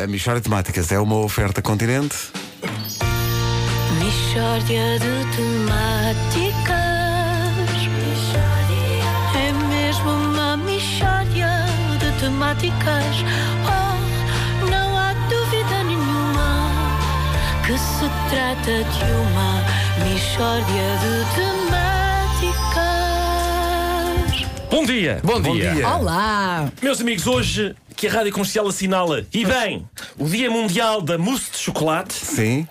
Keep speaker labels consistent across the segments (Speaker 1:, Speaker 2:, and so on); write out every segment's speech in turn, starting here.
Speaker 1: A Michórdia de Temáticas é uma oferta continente.
Speaker 2: Mishória de temáticas É mesmo uma mishória de temáticas Oh, não há dúvida nenhuma Que se trata de uma mishória de temáticas
Speaker 3: Bom dia!
Speaker 1: Bom dia.
Speaker 4: Olá!
Speaker 3: Meus amigos, hoje que a Rádio Comercial assinala, e bem, o Dia Mundial da Mousse de Chocolate,
Speaker 1: Sim.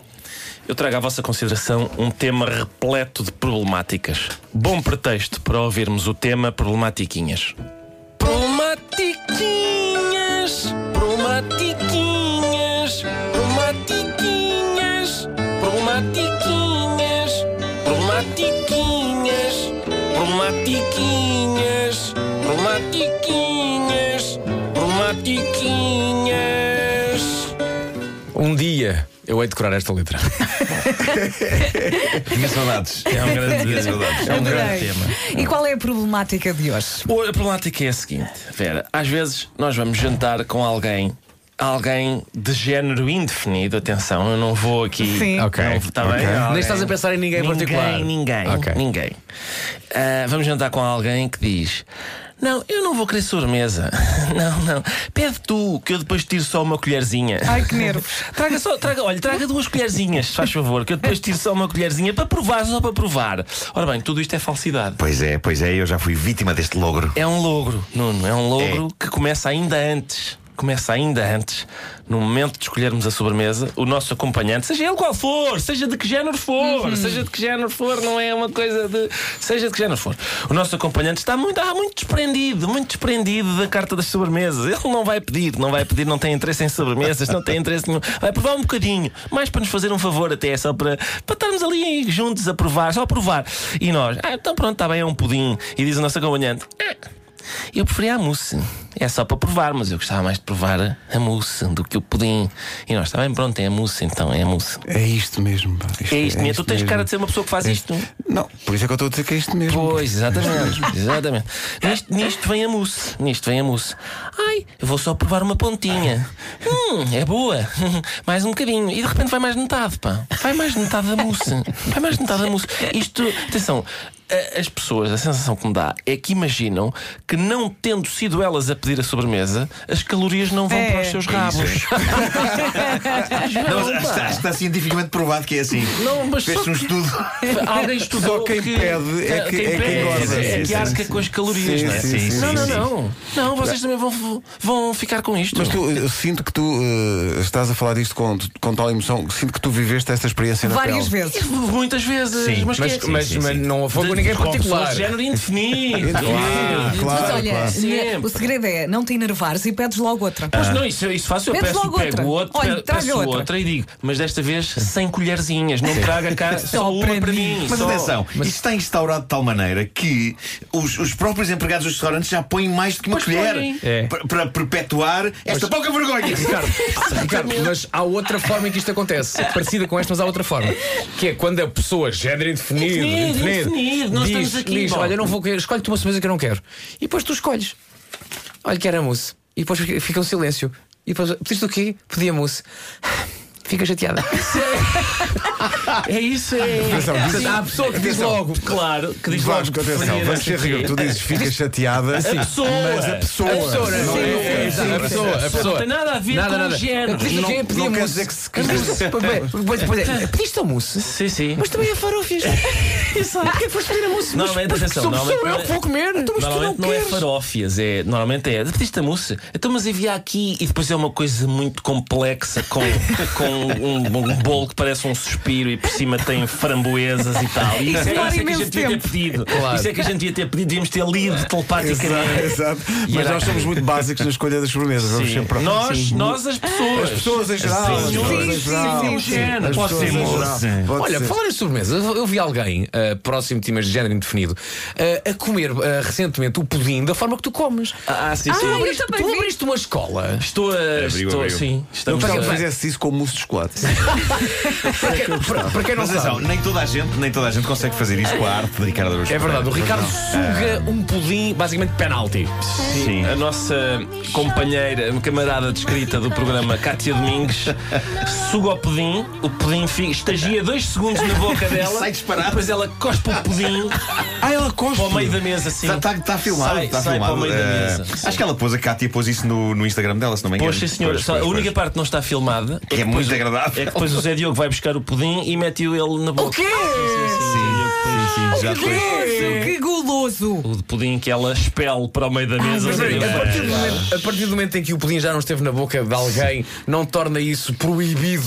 Speaker 3: eu trago à vossa consideração um tema repleto de problemáticas. Bom pretexto para ouvirmos o tema Problematiquinhas. Problematiquinhas! Problematiquinhas! Problematiquinhas! Problematiquinhas! Problematiquinhas! Problematiquinhas! Problematiquinhas! Problematiquinhas!
Speaker 5: Um dia eu hei de curar esta letra.
Speaker 6: Tinha saudades.
Speaker 3: É um grande,
Speaker 6: Tinha saudades.
Speaker 3: é um grande
Speaker 4: Adorei.
Speaker 3: tema.
Speaker 4: E qual é a problemática de hoje?
Speaker 3: Ou A problemática é a seguinte, Vera. Às vezes nós vamos jantar com alguém, alguém de género indefinido. Atenção, eu não vou aqui.
Speaker 4: Sim.
Speaker 5: Ok.
Speaker 3: Não, está
Speaker 5: Ok.
Speaker 3: bem? Alguém-
Speaker 5: Nem estás a pensar em ninguém em particular.
Speaker 3: Ninguém,
Speaker 5: Ok.
Speaker 3: ninguém. Ah, vamos jantar com alguém que diz: Não, eu não vou querer sobremesa. Não, não. Pede tu, que eu depois tiro só uma colherzinha.
Speaker 4: Ai, que nervos.
Speaker 3: Traga só, traga, olha, traga duas colherzinhas, se faz favor, que eu depois tiro só uma colherzinha para provar, só para provar. Ora bem, tudo isto é falsidade.
Speaker 6: Pois é, pois é, eu já fui vítima deste logro.
Speaker 3: É um logro, Nuno. É um logro que começa ainda antes. Começa ainda antes, no momento de escolhermos a sobremesa, o nosso acompanhante, seja ele qual for, seja de que género for, seja de que género for, não é uma coisa de. seja de que género for. O nosso acompanhante está muito, ah, muito desprendido, muito desprendido da carta das sobremesas. Ele não vai pedir, não vai pedir, não tem interesse em sobremesas, não tem interesse nenhum. Vai provar um bocadinho, mais para nos fazer um favor, até só para, para estarmos ali juntos a provar, só a provar. E nós, ah, então pronto, está bem, é um pudim. E diz o nosso acompanhante, ah, eu preferia a mousse. É só para provar, mas eu gostava mais de provar a mousse do que o pudim. E nós, está bem, pronto, é a mousse, então é a mousse.
Speaker 1: É isto mesmo. pá.
Speaker 3: É isto, É minha. tu tens
Speaker 1: mesmo.
Speaker 3: cara de ser uma pessoa que faz isto.
Speaker 1: Não, por isso é que eu estou a dizer que é isto mesmo.
Speaker 3: Pois, exatamente, exatamente. Nisto, nisto vem a mousse, nisto vem a mousse. Ai, eu vou só provar uma pontinha. Hum, é boa. Mais um bocadinho. E de repente vai mais de metade, pá. Vai mais de metade da mousse. Vai mais de metade da mousse. Isto, atenção, a- as pessoas, a sensação que me dá é que imaginam que não tendo sido elas a pedir a sobremesa, as calorias não vão
Speaker 4: É,
Speaker 3: para os seus rabos.
Speaker 6: Não, mas está, está cientificamente provado que é assim.
Speaker 3: Não, mas só
Speaker 6: Fez-se um
Speaker 3: que-
Speaker 6: estudo.
Speaker 3: Alguém estudou
Speaker 1: Só quem
Speaker 3: que,
Speaker 1: pede é que- é quem
Speaker 3: pede
Speaker 1: goza.
Speaker 3: é que
Speaker 6: Sim,
Speaker 3: arca
Speaker 6: sim,
Speaker 3: com as calorias,
Speaker 1: Sim,
Speaker 3: não é?
Speaker 1: sim, sim,
Speaker 3: não, não,
Speaker 1: sim.
Speaker 3: não. Não, vocês também vão, vão ficar com isto.
Speaker 1: Mas tu, eu sinto que tu eh, estás a falar disto com, com tal emoção, sinto que tu viveste esta experiência na
Speaker 4: Várias
Speaker 1: pele.
Speaker 4: vezes.
Speaker 3: Muitas vezes.
Speaker 6: Sim,
Speaker 3: mas,
Speaker 5: Mas,
Speaker 3: que-
Speaker 5: mas,
Speaker 6: sim,
Speaker 5: mas
Speaker 6: sim.
Speaker 5: não foi com ninguém em
Speaker 3: Com
Speaker 5: particular.
Speaker 3: pessoas de género indefinido.
Speaker 1: é Claro,
Speaker 4: Mas
Speaker 1: claro,
Speaker 4: olha,
Speaker 1: claro.
Speaker 4: ne- o segredo é não te enervares e pedes logo outra.
Speaker 6: Ah.
Speaker 3: Mas não, isso, isso faço, eu
Speaker 4: Pedes
Speaker 3: peço,
Speaker 4: logo
Speaker 3: pego
Speaker 4: outra.
Speaker 3: outro,
Speaker 4: Olha,
Speaker 3: pe-
Speaker 4: traga
Speaker 3: peço
Speaker 4: outra.
Speaker 3: outra. e digo, mas desta vez sem colherzinhas, não traga cá só uma
Speaker 4: para
Speaker 3: para
Speaker 4: mim.
Speaker 3: mim.
Speaker 6: Mas
Speaker 3: só.
Speaker 6: atenção, isto está instaurado de tal maneira que os, os próprios empregados dos restaurantes já põem mais do que uma
Speaker 3: Pois põem.
Speaker 6: colher
Speaker 5: É.
Speaker 6: pa- para perpetuar esta pouca vergonha.
Speaker 5: Ricardo, Ricardo, mas há outra forma em que isto acontece, parecida com esta, mas há outra forma. Que é quando a pessoa, género indefinido,
Speaker 3: Indefinido,
Speaker 5: indefinido,
Speaker 3: indefinido, nós
Speaker 5: diz,
Speaker 3: estamos aqui,
Speaker 5: diz,
Speaker 3: bom.
Speaker 5: olha, eu não vou querer, escolhe-te uma sobremesa que eu não quero. E depois tu escolhes. Olha, quero a mousse. E depois fica- fica um silêncio. E depois, pediste o quê? Pedi a mousse. Fica chateada.
Speaker 3: É isso, é.
Speaker 1: Atenção, diz-
Speaker 5: Portanto, há a pessoa que diz logo.
Speaker 3: Claro, que diz logo.
Speaker 1: Vasco, atenção,
Speaker 3: preferir
Speaker 1: vamos ser
Speaker 3: esta
Speaker 1: rigor.
Speaker 3: aqui.
Speaker 1: Tu dizes fica chateada,
Speaker 3: A pessoa.
Speaker 1: mas a pessoa.
Speaker 5: A pessoa, não é?
Speaker 1: não
Speaker 5: Sim,
Speaker 1: é?
Speaker 5: sim, a pessoa, a pessoa.
Speaker 3: Não tem nada a ver com o género.
Speaker 5: Pediste o quê? Pedi
Speaker 1: não
Speaker 5: a
Speaker 1: quer
Speaker 5: mousse.
Speaker 1: dizer que se-
Speaker 5: Pois, pois é, Pediste a mousse?
Speaker 3: Sim, sim.
Speaker 5: Mas também é farofias. Exato. Porquê que foste pedir a mousse?
Speaker 3: Não,
Speaker 5: Mas-
Speaker 3: mas
Speaker 5: mas
Speaker 3: atenção,
Speaker 5: sou-
Speaker 3: não,
Speaker 5: sou
Speaker 3: mas-
Speaker 5: eu que vou comer. Então, mas tu não
Speaker 3: Normalmente não, é
Speaker 5: queres.
Speaker 3: farófias, é, normalmente é pediste a mousse. Então, mas havia aqui e depois é uma coisa muito complexa com, com um, um bolo que parece um suspiro e por cima tem framboesas e tal. E isso, é,
Speaker 4: demora
Speaker 3: isso é que a
Speaker 4: imenso
Speaker 3: gente devia ter
Speaker 4: tempo.
Speaker 3: pedido.
Speaker 5: Claro.
Speaker 3: Isso é que a gente devia ter pedido, devíamos ter lido
Speaker 1: Exato,
Speaker 3: telepaticamente.
Speaker 1: exato.
Speaker 3: E
Speaker 1: Mas
Speaker 3: era-
Speaker 1: nós somos muito básicos na escolha das sobremesas. Vamos
Speaker 3: Sim.
Speaker 1: sempre
Speaker 3: Nós,
Speaker 1: Sim.
Speaker 3: nós as pessoas.
Speaker 1: As pessoas em geral. as
Speaker 3: Sim,
Speaker 1: pessoas
Speaker 3: sim,
Speaker 1: em
Speaker 3: sim,
Speaker 1: geral.
Speaker 3: sim, o género.
Speaker 1: As
Speaker 3: Pode
Speaker 1: pessoas
Speaker 3: ser
Speaker 1: em
Speaker 3: moço.
Speaker 1: geral. Pode
Speaker 5: Olha,
Speaker 1: ser.
Speaker 5: falar em sobremesas, eu eu vi alguém ah, próximo de temas de género indefinido ah, a comer ah, recentemente o pudim da forma que tu comes.
Speaker 3: Ah, sim,
Speaker 5: tu
Speaker 3: sim.
Speaker 5: abriste,
Speaker 4: também
Speaker 5: tu
Speaker 4: vi.
Speaker 5: abriste uma escola.
Speaker 3: Estou a.
Speaker 6: Abriu,
Speaker 3: estou,
Speaker 6: abriu.
Speaker 3: sim.
Speaker 1: Eu
Speaker 3: Estamos
Speaker 1: gostava
Speaker 3: a-
Speaker 1: que fizesse isso com o mousse de chocolate.
Speaker 5: Para, para quem não
Speaker 6: Mas atenção,
Speaker 5: sabe.
Speaker 6: nem toda a gente, nem toda a gente consegue fazer isso com a arte de Ricardo Araújo
Speaker 5: É verdade, o
Speaker 6: Pereira.
Speaker 5: Ricardo suga um pudim, basicamente penalti.
Speaker 6: Sim.
Speaker 3: A nossa companheira, um camarada de escrita do programa, Cátia Domingues, suga o pudim, o pudim fica, estagia dois segundos na boca dela,
Speaker 6: Sai disparado.
Speaker 3: depois ela cospe o pudim
Speaker 5: Ah, ela cospe.
Speaker 3: para o meio da mesa assim.
Speaker 6: Está tá, tá filmado,
Speaker 3: Sai-
Speaker 6: está
Speaker 3: sai
Speaker 6: filmado.
Speaker 3: para o meio da
Speaker 6: Eh,
Speaker 3: mesa.
Speaker 6: acho que ela pôs, a Cátia pôs isso no, no Instagram dela, se não me engano.
Speaker 3: Pois sim, senhor.
Speaker 6: Pois,
Speaker 3: Só
Speaker 6: pois,
Speaker 3: a
Speaker 6: pois.
Speaker 3: única parte que não está filmada
Speaker 6: Que é
Speaker 3: depois
Speaker 6: muito
Speaker 3: o-
Speaker 6: agradável.
Speaker 3: É que depois o Zé Diogo vai buscar o pudim e mete-o ele na boca.
Speaker 4: O quê?
Speaker 6: Ah,
Speaker 4: Ah,
Speaker 6: Sim, já
Speaker 4: Que
Speaker 6: depois.
Speaker 4: goloso, que goloso.
Speaker 3: O de pudim que ela expele para o meio
Speaker 5: Ah,
Speaker 3: da mesa. é.
Speaker 4: mas
Speaker 3: Zé
Speaker 5: Espera aí,
Speaker 3: Diogo
Speaker 5: a,
Speaker 3: vai-
Speaker 5: partir do momento, a partir do momento em que o pudim já não esteve na boca de alguém, não torna isso proibido.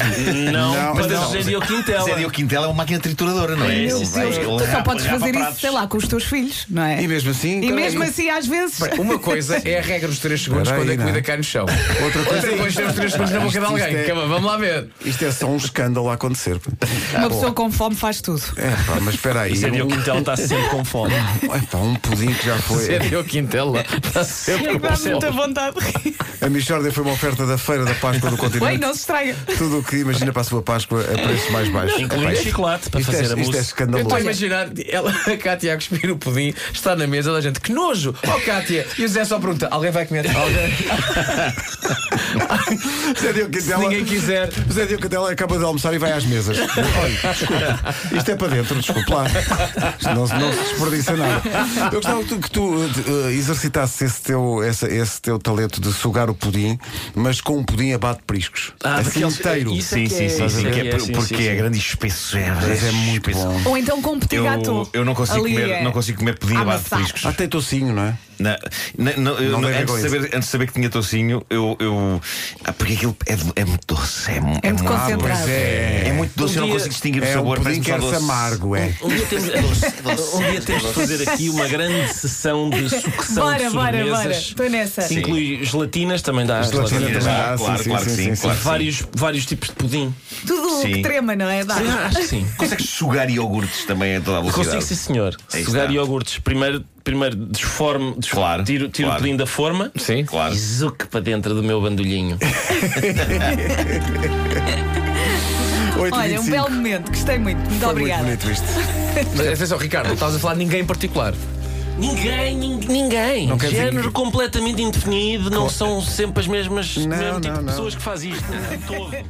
Speaker 3: Não,
Speaker 1: Não,
Speaker 3: mas
Speaker 1: não.
Speaker 3: o Zé Diogo Quintela.
Speaker 6: Zé Diogo Quintela é uma máquina trituradora, não é?
Speaker 3: Ai,
Speaker 6: Ele
Speaker 3: meu
Speaker 6: vai-
Speaker 3: Deus,
Speaker 6: ele
Speaker 4: Tu só
Speaker 6: rapa-
Speaker 4: Então podes
Speaker 6: rapa
Speaker 4: fazer isso,
Speaker 6: pratos.
Speaker 4: sei lá, com os teus filhos, não é?
Speaker 1: E mesmo assim,
Speaker 4: E mesmo assim, às vezes.
Speaker 5: Uma coisa é a regra dos 3 segundos
Speaker 1: Espera aí,
Speaker 5: quando a comida
Speaker 1: não.
Speaker 5: cai no chão.
Speaker 1: outra
Speaker 5: Outra
Speaker 1: coisa.
Speaker 5: coisa é os 3 segundos na boca de
Speaker 1: Isto- isto
Speaker 5: alguém.
Speaker 1: é-
Speaker 5: Calma, vamos lá ver.
Speaker 1: Isto é só um escândalo a acontecer.
Speaker 6: tá
Speaker 1: Ah,
Speaker 4: Uma pessoa com fome faz tudo.
Speaker 1: É, pá, mas espera aí.
Speaker 3: Zé Diogo
Speaker 1: Um,
Speaker 3: Quintela está sempre com fome.
Speaker 1: é, pá, um pudim que já foi.
Speaker 5: Zé É Diogo Quintela está
Speaker 6: É,
Speaker 5: sempre com
Speaker 4: Dá
Speaker 5: o céu.
Speaker 4: muita vontade de rir.
Speaker 1: A Michórdia foi uma oferta da Feira da Páscoa do
Speaker 4: Ué,
Speaker 1: Continente.
Speaker 4: não se estraga.
Speaker 1: Tudo o que imagina para a sua Páscoa a preços mais baixos.
Speaker 3: Incluindo
Speaker 1: Epá,
Speaker 3: chocolate para
Speaker 1: isto é,
Speaker 3: fazer a
Speaker 1: isto é
Speaker 3: mousse.
Speaker 5: Eu estou a
Speaker 1: escandaloso.
Speaker 5: imaginar ela, a Cátia a cuspir o pudim, está na mesa, da gente, que nojo! Oh Cátia! E o Zé só pergunta: alguém vai comer? Alguém?
Speaker 1: Zé Diogo
Speaker 5: Se
Speaker 1: Quintela-
Speaker 5: ninguém quiser.
Speaker 1: O Zé Diogo Catela acaba de almoçar e vai às mesas. Olha, desculpa. Isto é para dentro, desculpa lá. Isto não, se- não se desperdiça nada. Eu gostava que tu, que tu, eh, de- eh, exercitasses esse teu, essa- esse teu talento de sugar o pudim, mas com um pudim abate priscos.
Speaker 3: Ah,
Speaker 1: assim
Speaker 3: daqueles-
Speaker 1: inteiro.
Speaker 3: isso
Speaker 6: Sim, sim, sim, sim,
Speaker 3: é
Speaker 6: que
Speaker 3: que
Speaker 6: é
Speaker 3: é,
Speaker 6: por-
Speaker 3: sim,
Speaker 6: porque
Speaker 3: sim,
Speaker 6: é
Speaker 3: sim.
Speaker 6: grande espesso. É,
Speaker 1: Mas é muito
Speaker 6: espesso.
Speaker 1: bom.
Speaker 4: Ou então com um petit
Speaker 6: Eu,
Speaker 4: gato.
Speaker 6: eu não consigo
Speaker 4: Ali
Speaker 6: comer,
Speaker 4: é-
Speaker 6: não consigo comer pudim abate de
Speaker 4: amassado.
Speaker 6: friscos.
Speaker 1: Ah, tem tocinho, não é?
Speaker 6: Na- na- na- eu-
Speaker 1: Não
Speaker 6: não-
Speaker 1: leva
Speaker 6: antes, de
Speaker 1: com
Speaker 6: saber, antes de saber que tinha tocinho, eu. eu ah, porque aquilo é, do- é muito doce. É, mu-
Speaker 4: É muito
Speaker 6: mu-
Speaker 1: Ah,
Speaker 4: concentrado.
Speaker 1: pois é.
Speaker 6: É muito doce, eu não
Speaker 3: dia-
Speaker 6: consigo distinguir o
Speaker 1: É um
Speaker 6: sabor.
Speaker 1: pudim
Speaker 6: parece-me
Speaker 1: que
Speaker 6: só
Speaker 1: é
Speaker 6: doce.
Speaker 1: amargo, é.
Speaker 3: Um dia, temos, um dia temos de fazer aqui uma grande sessão de sucção
Speaker 4: Bora,
Speaker 3: de
Speaker 4: bora, bora.
Speaker 3: sobremesas.
Speaker 4: Estou nessa.
Speaker 3: Que Inclui gelatinas, também dá
Speaker 1: Gelatina
Speaker 3: gelatinas.
Speaker 1: também dá,
Speaker 6: Ah, Claro,
Speaker 1: sim, sim,
Speaker 6: claro que
Speaker 1: sim,
Speaker 6: sim,
Speaker 1: sim,
Speaker 6: claro
Speaker 1: sim.
Speaker 6: que sim.
Speaker 3: Vários, vários tipos de pudim.
Speaker 4: Tudo o
Speaker 6: Sim.
Speaker 4: que trema, não é? Dá.
Speaker 3: Acho que sim.
Speaker 6: Consegues sugar iogurtes também a toda a
Speaker 3: Consigo,
Speaker 6: velocidade.
Speaker 3: sim, senhor.
Speaker 6: Aí
Speaker 3: Sugar
Speaker 6: está.
Speaker 3: iogurtes. Primeiro, primeiro desforme, des-
Speaker 6: Claro,
Speaker 3: tiro, tiro
Speaker 6: claro.
Speaker 3: o pudim da forma
Speaker 5: Sim.
Speaker 6: Claro.
Speaker 3: e zuque para dentro do meu bandolhinho.
Speaker 1: 8
Speaker 4: Olha, um belo momento. Gostei muito. Muito
Speaker 1: Foi muito
Speaker 4: obrigada.
Speaker 1: bonito isto.
Speaker 5: Mas atenção, Ricardo, não estás a falar de ninguém em particular.
Speaker 3: Ninguém, nin- ninguém.
Speaker 1: Não quer dizer
Speaker 3: Género
Speaker 1: ninguém.
Speaker 3: completamente indefinido, não são sempre as mesmas
Speaker 1: Não,
Speaker 3: mesmo tipo
Speaker 1: não,
Speaker 3: de
Speaker 1: não.
Speaker 3: pessoas que fazem isto. Todo.